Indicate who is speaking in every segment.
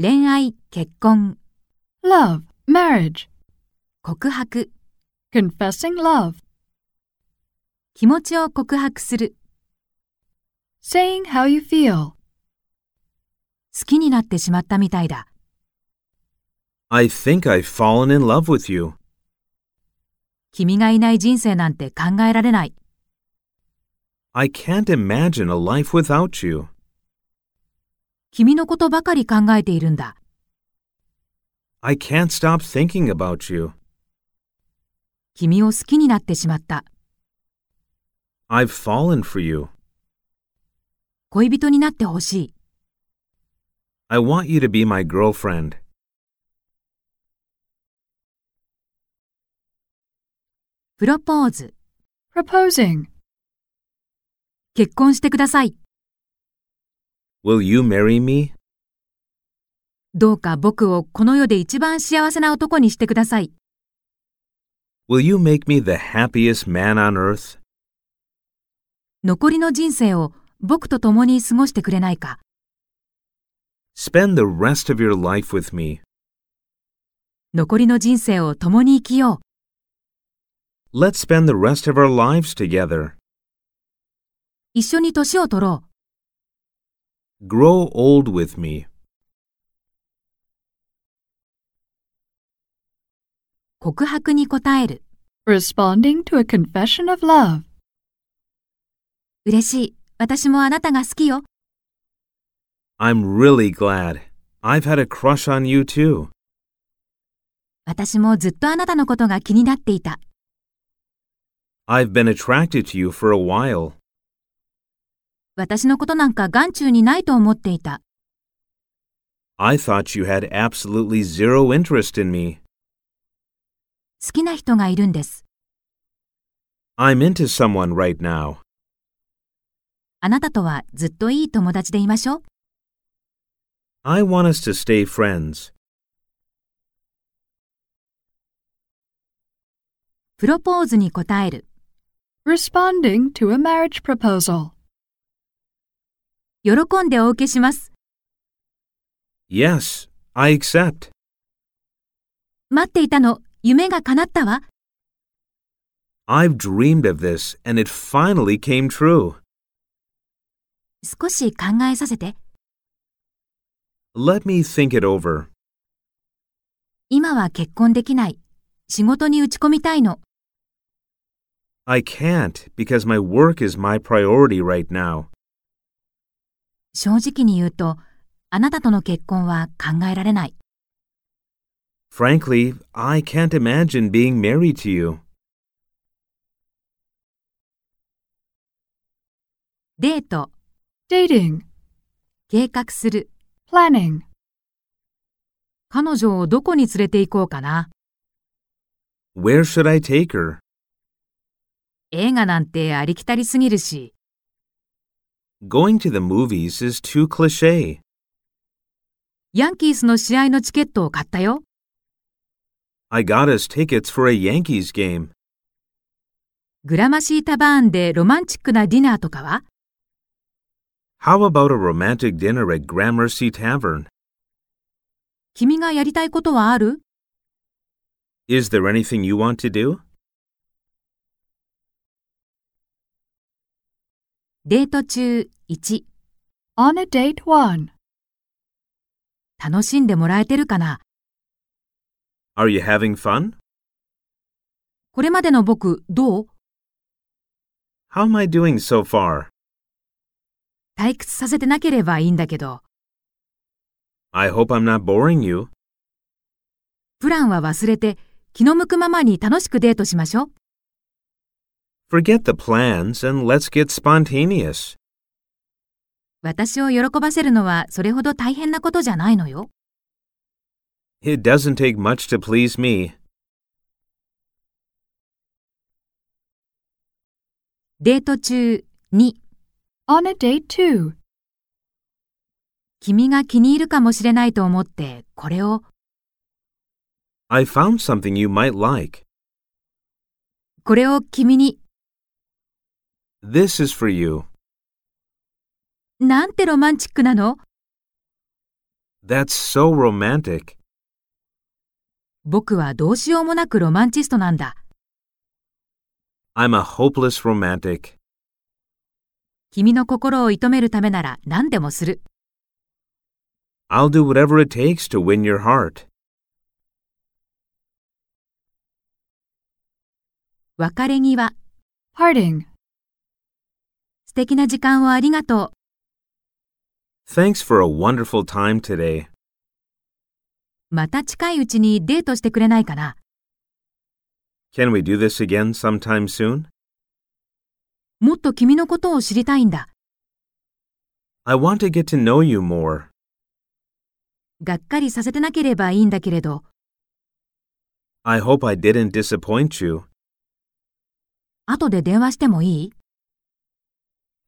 Speaker 1: 恋愛、結婚、
Speaker 2: love, marriage,
Speaker 1: 告白、
Speaker 2: confessing love,
Speaker 1: 気持ちを告白する、
Speaker 2: saying how you feel,
Speaker 1: 好きになってしまったみたいだ。
Speaker 3: I think I've fallen in love with you.
Speaker 1: 君がいない人生なんて考えられない。
Speaker 3: I can't imagine a life without you.
Speaker 1: 君のことばかり考えているんだ。
Speaker 3: I can't stop thinking about you.
Speaker 1: 君を好きになってしまった。
Speaker 3: I've fallen for you.
Speaker 1: 恋人になってほしい。
Speaker 3: I want you to be my girlfriend.
Speaker 1: プロポーズ、
Speaker 2: proposing,
Speaker 1: 結婚してください。
Speaker 3: Will you marry me?
Speaker 1: どうか僕をこの世で一番幸せな男にしてください。
Speaker 3: Will you make me the happiest man on earth?
Speaker 1: 残りの人生を僕と共に過ごしてくれないか。
Speaker 3: Spend the rest of your life with me.
Speaker 1: 残りの人生を共に生きよう。
Speaker 3: Let's spend the rest of our lives together.
Speaker 1: 一緒に年を取ろう。
Speaker 3: Grow old with me.
Speaker 1: 告白に応える。
Speaker 2: responding to a confession of love.
Speaker 1: 嬉しい。私もあなたが好きよ。
Speaker 3: I'm really glad. I've had a crush on you too.
Speaker 1: 私もずっとあなたのことが気になっていた。
Speaker 3: I've been attracted to you for a while.
Speaker 1: 私のことなんか眼中にないと思っていた。
Speaker 3: I thought you had absolutely zero interest in me.
Speaker 1: 好きな人がいるんです。
Speaker 3: I'm into someone right now.
Speaker 1: あなたとはずっといい友達でいましょう。
Speaker 3: I want us to stay friends.
Speaker 1: プロポーズに応える。
Speaker 2: Responding to a marriage proposal.
Speaker 1: 喜んでお受けします。
Speaker 3: Yes, I accept.
Speaker 1: 待っていたの、夢が叶ったわ。
Speaker 3: I've dreamed of this and it finally came true.
Speaker 1: 少し考えさせて。
Speaker 3: Let me think it over.
Speaker 1: 今は結婚できない。仕事に打ち込みたいの。
Speaker 3: I can't because my work is my priority right now.
Speaker 1: 正直に言うと、あなたとの結婚は考えられない。
Speaker 3: Frankly, I can't imagine being married to you.
Speaker 1: デート、
Speaker 2: Dating,
Speaker 1: 計画する。
Speaker 2: planning,
Speaker 1: 彼女をどこに連れて行こうかな。
Speaker 3: Where should I take her?
Speaker 1: 映画なんてありきたりすぎるし、
Speaker 3: Going to the movies is too cliche.
Speaker 1: ヤンキースの試合のチケットを買ったよ。
Speaker 3: I got us tickets for a Yankees game.
Speaker 1: グラマシータバーンでロマンチックなディナーとかは
Speaker 3: How about a romantic dinner at Gramercy Tavern?
Speaker 1: 君がやりたいことはある
Speaker 3: Is there anything you want to do?
Speaker 1: デート中1、
Speaker 2: on a date 1.
Speaker 1: 楽しんでもらえてるかな
Speaker 3: Are you having fun?
Speaker 1: これまでの僕、どう
Speaker 3: How am I doing so far?
Speaker 1: 退屈させてなければいいんだけど、
Speaker 3: I hope I'm not boring you.
Speaker 1: プランは忘れて、気の向くままに楽しくデートしましょう。
Speaker 3: Forget the plans and let's get spontaneous.
Speaker 1: 私を喜ばせるのはそれほど大変なことじゃないのよ。
Speaker 3: It doesn't take much to please me.
Speaker 1: デート中2、
Speaker 2: On a date 2.
Speaker 1: 君が気に入るかもしれないと思って、これを、
Speaker 3: I found something you might like.
Speaker 1: これを君に、
Speaker 3: This is for you.
Speaker 1: なんてロマンチックなの
Speaker 3: That's so romantic.
Speaker 1: 僕はどうしようもなくロマンチストなんだ。
Speaker 3: I'm a hopeless romantic.
Speaker 1: 君の心を射止めるためなら何でもする。
Speaker 3: I'll do whatever it takes to win your heart.
Speaker 1: 別れ際、
Speaker 2: Parting.
Speaker 1: 素敵な時間をありがとう。
Speaker 3: Thanks for a wonderful time today.
Speaker 1: また近いうちにデートしてくれないかな。
Speaker 3: Can we do this again sometime soon?
Speaker 1: もっと君のことを知りたいんだ。
Speaker 3: I want to get to know you more.
Speaker 1: がっかりさせてなければいいんだけれど、
Speaker 3: I hope I didn't disappoint you.
Speaker 1: 後で電話してもいい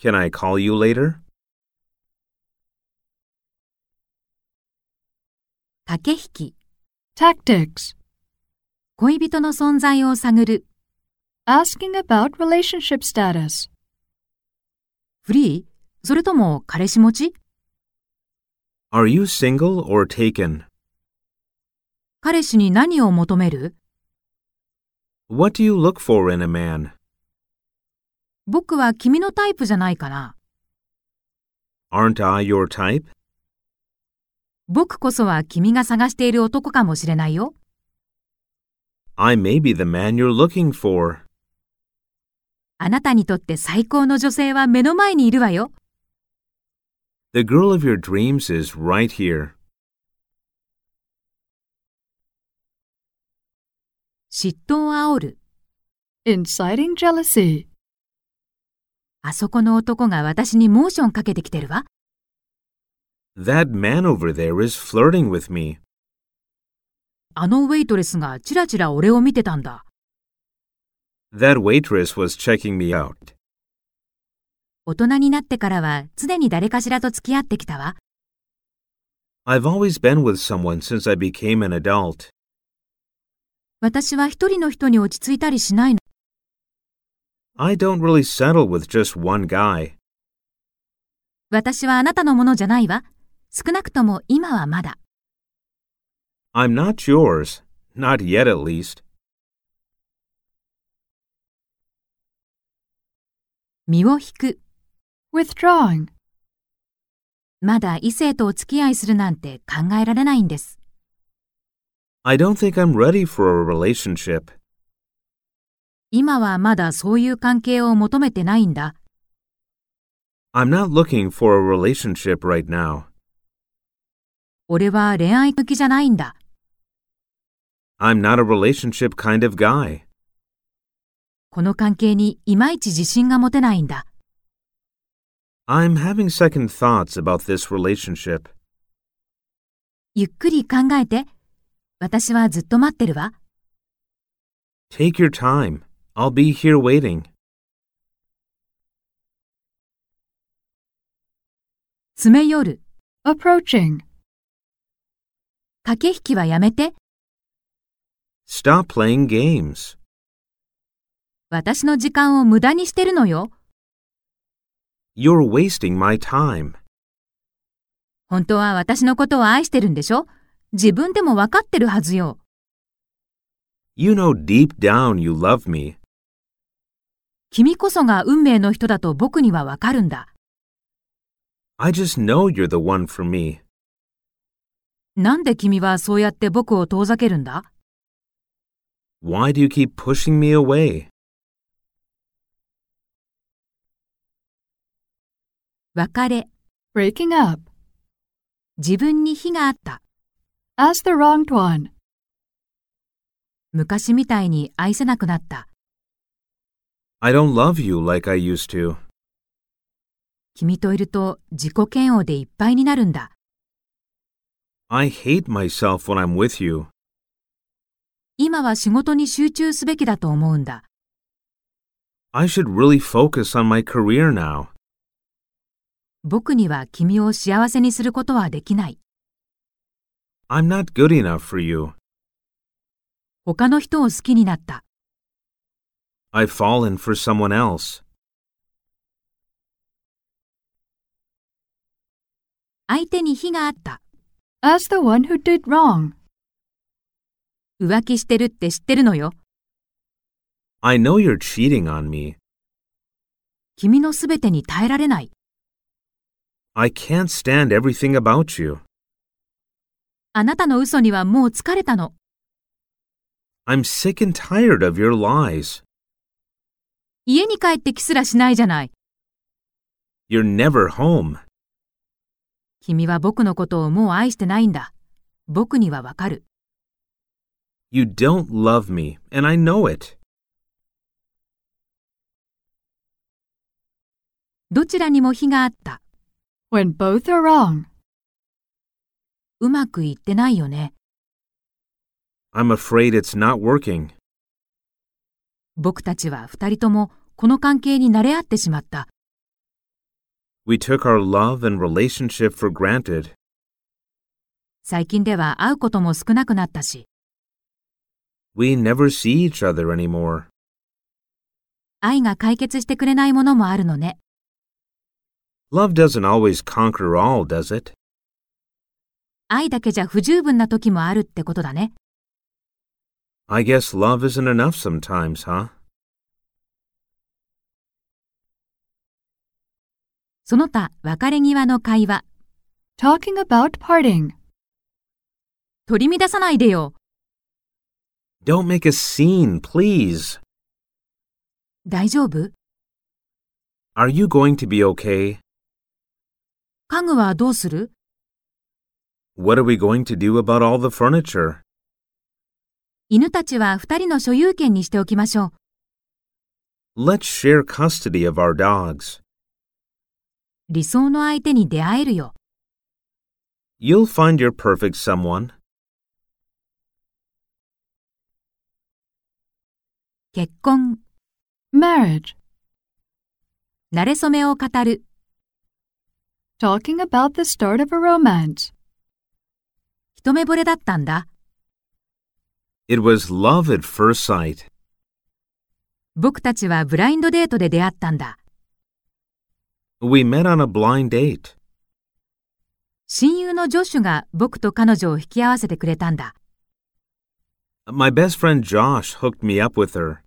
Speaker 3: Can I call you later?
Speaker 1: 駆け引き、
Speaker 2: Tactics.
Speaker 1: 恋人の存在を探る。
Speaker 2: Asking about relationship status.
Speaker 1: フリーそれとも彼氏持ち
Speaker 3: Are you single or taken?
Speaker 1: 彼氏に何を求める
Speaker 3: What do you look for in a man?
Speaker 1: 僕は君のタイプじゃないかな。
Speaker 3: Aren't I your type?
Speaker 1: 僕こそは君が探している男かもしれないよ。
Speaker 3: I may be the man you're looking for.
Speaker 1: あなたにとって最高の女性は目の前にいるわよ。
Speaker 3: The girl of your dreams is right here.
Speaker 1: 嫉妬を煽る。
Speaker 2: Inciting jealousy.
Speaker 1: あそこの男が私にモーションかけてきてるわ。
Speaker 3: That man over there is flirting with me.
Speaker 1: あのウェイトレスがチラチラ俺を見てたんだ。
Speaker 3: That waitress was checking me out.
Speaker 1: 大人になってからは常に誰かしらと付き合ってきたわ。
Speaker 3: I've always been with someone since I became an adult.
Speaker 1: 私は一人の人に落ち着いたりしないの。
Speaker 3: I don't really settle with just one guy.
Speaker 1: 私はあなたのものじゃないわ。少なくとも今はまだ。
Speaker 3: I'm not yours. Not yet, at least.
Speaker 1: 身を引く。
Speaker 2: Withdrawing.
Speaker 1: まだ異性とお付き合いするなんて考えられないんです。
Speaker 3: I don't think I'm ready for a relationship.
Speaker 1: 今はまだそういう関係を求めてないんだ。
Speaker 3: I'm not looking for a relationship right now.
Speaker 1: 俺は恋愛向きじゃないんだ。
Speaker 3: I'm not a relationship kind of guy.
Speaker 1: この関係にいまいち自信が持てないんだ。
Speaker 3: I'm having second thoughts about this relationship.
Speaker 1: ゆっくり考えて。私はずっと待ってるわ。
Speaker 3: Take your time. I'll be here waiting.
Speaker 1: 詰め寄る。
Speaker 2: Approaching.
Speaker 1: 駆け引きはやめて。
Speaker 3: Stop playing games.
Speaker 1: 私の時間を無駄にしてるのよ。
Speaker 3: You're wasting my time.
Speaker 1: 本当は私のことを愛してるんでしょ自分でもわかってるはずよ。
Speaker 3: You know deep down you love me.
Speaker 1: 君こそが運命の人だと僕にはわかるんだ。
Speaker 3: I just know you're the one for me.
Speaker 1: なんで君はそうやって僕を遠ざけるんだ
Speaker 3: Why do you keep pushing me away?
Speaker 1: 別れ、
Speaker 2: Breaking up.
Speaker 1: 自分に非があった。
Speaker 2: As the wronged one.
Speaker 1: 昔みたいに愛せなくなった。
Speaker 3: I don't love you like I used to.
Speaker 1: 君といると自己嫌悪でいっぱいになるんだ。
Speaker 3: I hate myself when I'm with you.
Speaker 1: 今は仕事に集中すべきだと思うんだ。
Speaker 3: I should really focus on my career now.
Speaker 1: 僕には君を幸せにすることはできない。
Speaker 3: I'm not good enough for you.
Speaker 1: 他の人を好きになった。
Speaker 3: I've fallen for someone else.
Speaker 1: 相手に非があった。
Speaker 2: as the one who did wrong.
Speaker 1: 浮気してるって知ってるのよ。
Speaker 3: I know you're cheating on me.
Speaker 1: 君のすべてに耐えられない。
Speaker 3: I can't stand everything about you.
Speaker 1: あなたの嘘にはもう疲れたの。
Speaker 3: I'm sick and tired of your lies.
Speaker 1: 家に帰ってきすらしないじゃない。
Speaker 3: You're never home.
Speaker 1: 君は僕のことをもう愛してないんだ。僕にはわかる。
Speaker 3: You don't love me, and I know it.
Speaker 1: どちらにも非があった。
Speaker 2: When both are wrong,
Speaker 1: うまくいってないよね。
Speaker 3: I'm afraid it's not working.
Speaker 1: 僕たちは二人ともこの関係に慣れ合ってしまった。
Speaker 3: We took our love and relationship for granted.
Speaker 1: 最近では会うことも少なくなったし、
Speaker 3: We never see each other anymore.
Speaker 1: 愛が解決してくれないものもあるのね。
Speaker 3: Love doesn't always conquer all, does it?
Speaker 1: 愛だけじゃ不十分な時もあるってことだね。
Speaker 3: I guess love isn't enough sometimes, huh?
Speaker 1: その他、別れ際の会話。
Speaker 2: talking about parting,
Speaker 1: 取り乱さないでよ。
Speaker 3: Don't make a scene, please.
Speaker 1: 大丈夫
Speaker 3: Are you going to be okay?
Speaker 1: 家具はどうする
Speaker 3: What are we going to do about all the furniture?
Speaker 1: 犬たちは二人の所有権にしておきましょう。
Speaker 3: Let's share custody of our dogs.
Speaker 1: 理想の相手に出会えるよ。
Speaker 3: You'll find your perfect someone.
Speaker 1: 結婚、
Speaker 2: marriage,
Speaker 1: 慣れ初めを語る、
Speaker 2: talking about the start of a romance,
Speaker 1: 一目惚れだったんだ。
Speaker 3: It was love at first sight.
Speaker 1: 僕たちはブラインドデートで出会ったんだ。
Speaker 3: We met on a blind date.
Speaker 1: 親友のジョシュが僕と彼女を引き合わせてくれたんだ。
Speaker 3: My best friend Josh hooked me up with her.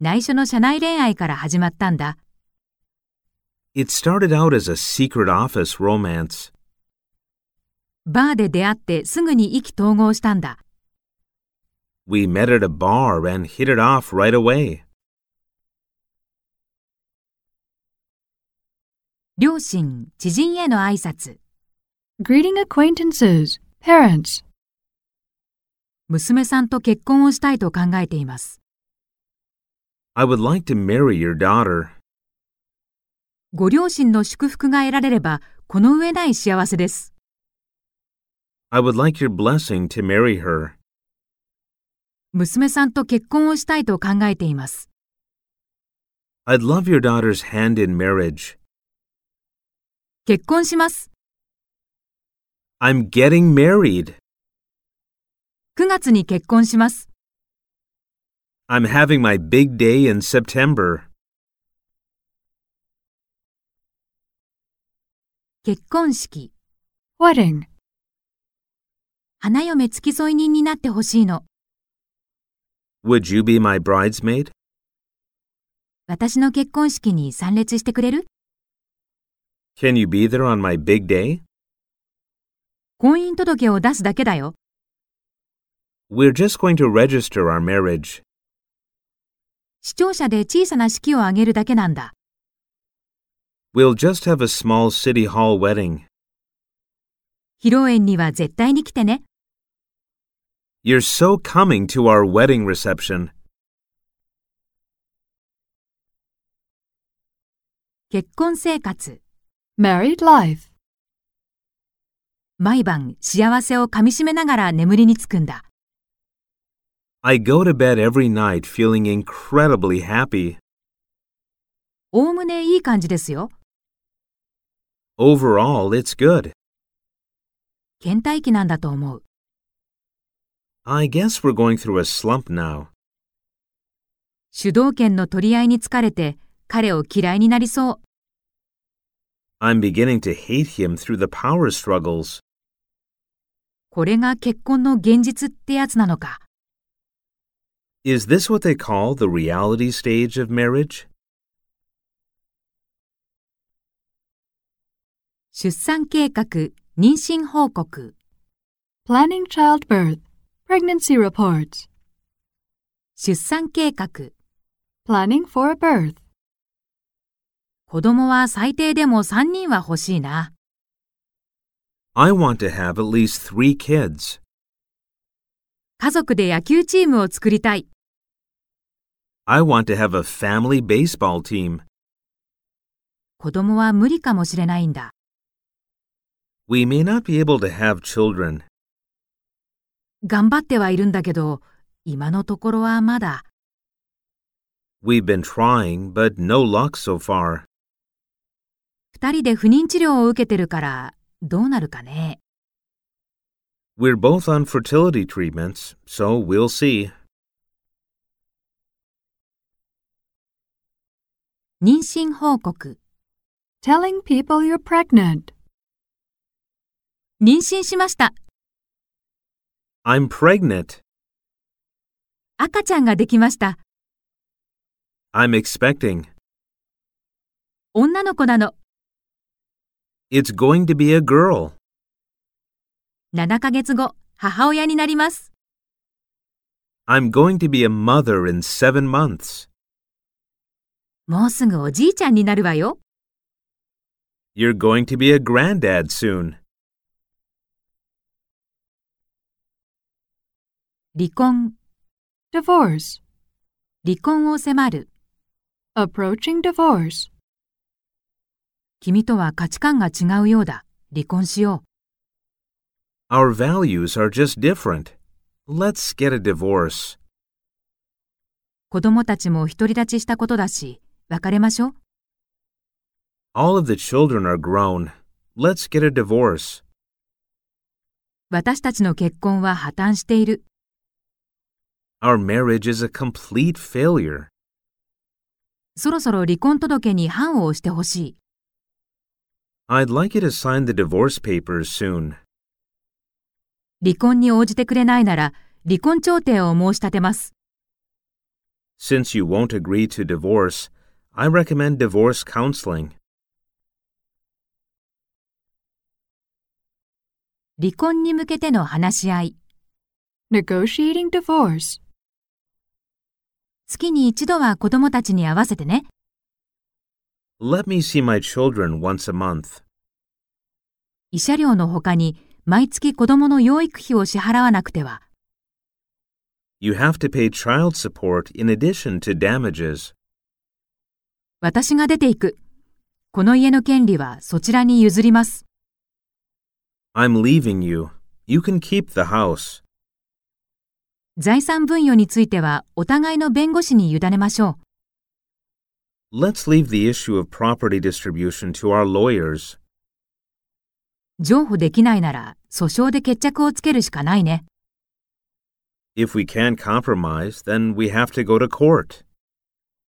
Speaker 1: 内緒の社内恋愛から始まったんだ。
Speaker 3: It started out as a secret office romance.
Speaker 1: バーで出会ってすぐに意気投合したんだ。
Speaker 3: We met at a bar and hit it off right away.
Speaker 1: 両親、知人への挨拶。
Speaker 2: greeting acquaintances, parents,
Speaker 1: 娘さんと結婚をしたいと考えています。
Speaker 3: I would like to marry your daughter.
Speaker 1: ご両親の祝福が得られれば、この上ない幸せです。
Speaker 3: I would like your blessing to marry her.
Speaker 1: 娘さんと結婚をしたいと考えています。
Speaker 3: I'd love your daughter's hand in marriage.
Speaker 1: 結婚します。
Speaker 3: I'm getting married.
Speaker 1: 9月に結婚します。
Speaker 3: I'm having my big day in September.
Speaker 1: 結婚式。
Speaker 2: wedding,
Speaker 1: 花嫁付き添い人になってほしいの。
Speaker 3: Would you be my bridesmaid?
Speaker 1: 私の結婚式に参列してくれる
Speaker 3: Can you be there on my big day?
Speaker 1: 婚姻届を出すだけだよ。
Speaker 3: We're just going to register our marriage.
Speaker 1: 視聴者で小さな式を挙げるだけなんだ。
Speaker 3: We'll just have a small city hall wedding.
Speaker 1: 披露宴には絶対に来てね。
Speaker 3: You're so coming to our wedding reception.
Speaker 1: 結婚生活。
Speaker 2: married life,
Speaker 1: 毎晩幸せをかみしめながら眠りにつくんだ。
Speaker 3: I go to bed every night feeling incredibly happy.
Speaker 1: おおむねいい感じですよ。
Speaker 3: Overall, it's good.
Speaker 1: 倦怠期なんだと思う。
Speaker 3: I guess we're going through a slump now.
Speaker 1: 主導権の取り合いに疲れて彼を嫌いになりそう。
Speaker 3: I'm beginning to hate him through the power struggles.
Speaker 1: これが結婚の現実ってやつなのか。
Speaker 3: Is this what they call the reality stage of marriage?
Speaker 1: 出産計画、妊娠報告、
Speaker 2: Planning childbirth. Pregnancy reports.
Speaker 1: 出産計画、
Speaker 2: Planning for a birth.
Speaker 1: 子供は最低でも3人は欲しいな。
Speaker 3: I want to have at least three kids.
Speaker 1: 家族で野球チームを作りたい。
Speaker 3: I want to have a family baseball team.
Speaker 1: 子供は無理かもしれないんだ。
Speaker 3: We may not be able to have children.
Speaker 1: 頑張ってはいるんだけど、今のところはまだ。
Speaker 3: We've been trying, but no luck so far.
Speaker 1: 二人で不妊治療を受けてるから、どうなるかね。
Speaker 3: We're both on fertility treatments, so we'll see.
Speaker 1: 妊娠報告。
Speaker 2: Telling people you're pregnant.
Speaker 1: 妊娠しました。
Speaker 3: I'm pregnant.
Speaker 1: 赤ちゃんができました。
Speaker 3: I'm expecting.
Speaker 1: 女の子なの。
Speaker 3: It's going to be a girl.
Speaker 1: 7ヶ月後、母親になります。
Speaker 3: I'm going to be a mother in seven months.
Speaker 1: もうすぐおじいちゃんになるわよ。
Speaker 3: You're going to be a granddad soon.
Speaker 1: 離婚、
Speaker 2: Divorce.
Speaker 1: 離婚を迫る。
Speaker 2: Approaching divorce.
Speaker 1: 君とは価値観が違うようだ。離婚しよう。
Speaker 3: Our values are just different. Let's get a divorce.
Speaker 1: 子供たちも独り立ちしたことだし、別れましょう。
Speaker 3: All of the children are grown. Let's get a divorce.
Speaker 1: 私たちの結婚は破綻している。
Speaker 3: Our marriage is a complete failure.
Speaker 1: そろそろ離婚届に判を押してほしい。
Speaker 3: I'd like you to sign the divorce papers soon.
Speaker 1: 離婚に応じてくれないなら、離婚調停を申し立てます。
Speaker 3: Since you won't agree to divorce, I recommend divorce counseling.
Speaker 1: 離婚に向けての話し合い。
Speaker 2: Negotiating divorce.
Speaker 1: 月に一度は子供たちに会わせてね。
Speaker 3: Let me see my children once a month.
Speaker 1: 慰謝料の他に、毎月子供の養育費を支払わなくては。
Speaker 3: You have to pay child support in addition to damages.
Speaker 1: 私が出ていく。この家の権利はそちらに譲ります。
Speaker 3: I'm leaving you. You can keep the house.
Speaker 1: 財産分与についてはお互いの弁護士に委ねましょう。
Speaker 3: Let's leave the issue of property distribution to our lawyers.
Speaker 1: 譲歩できないなら訴訟で決着をつけるしかないね。
Speaker 3: If we can't compromise, then we have to go to court.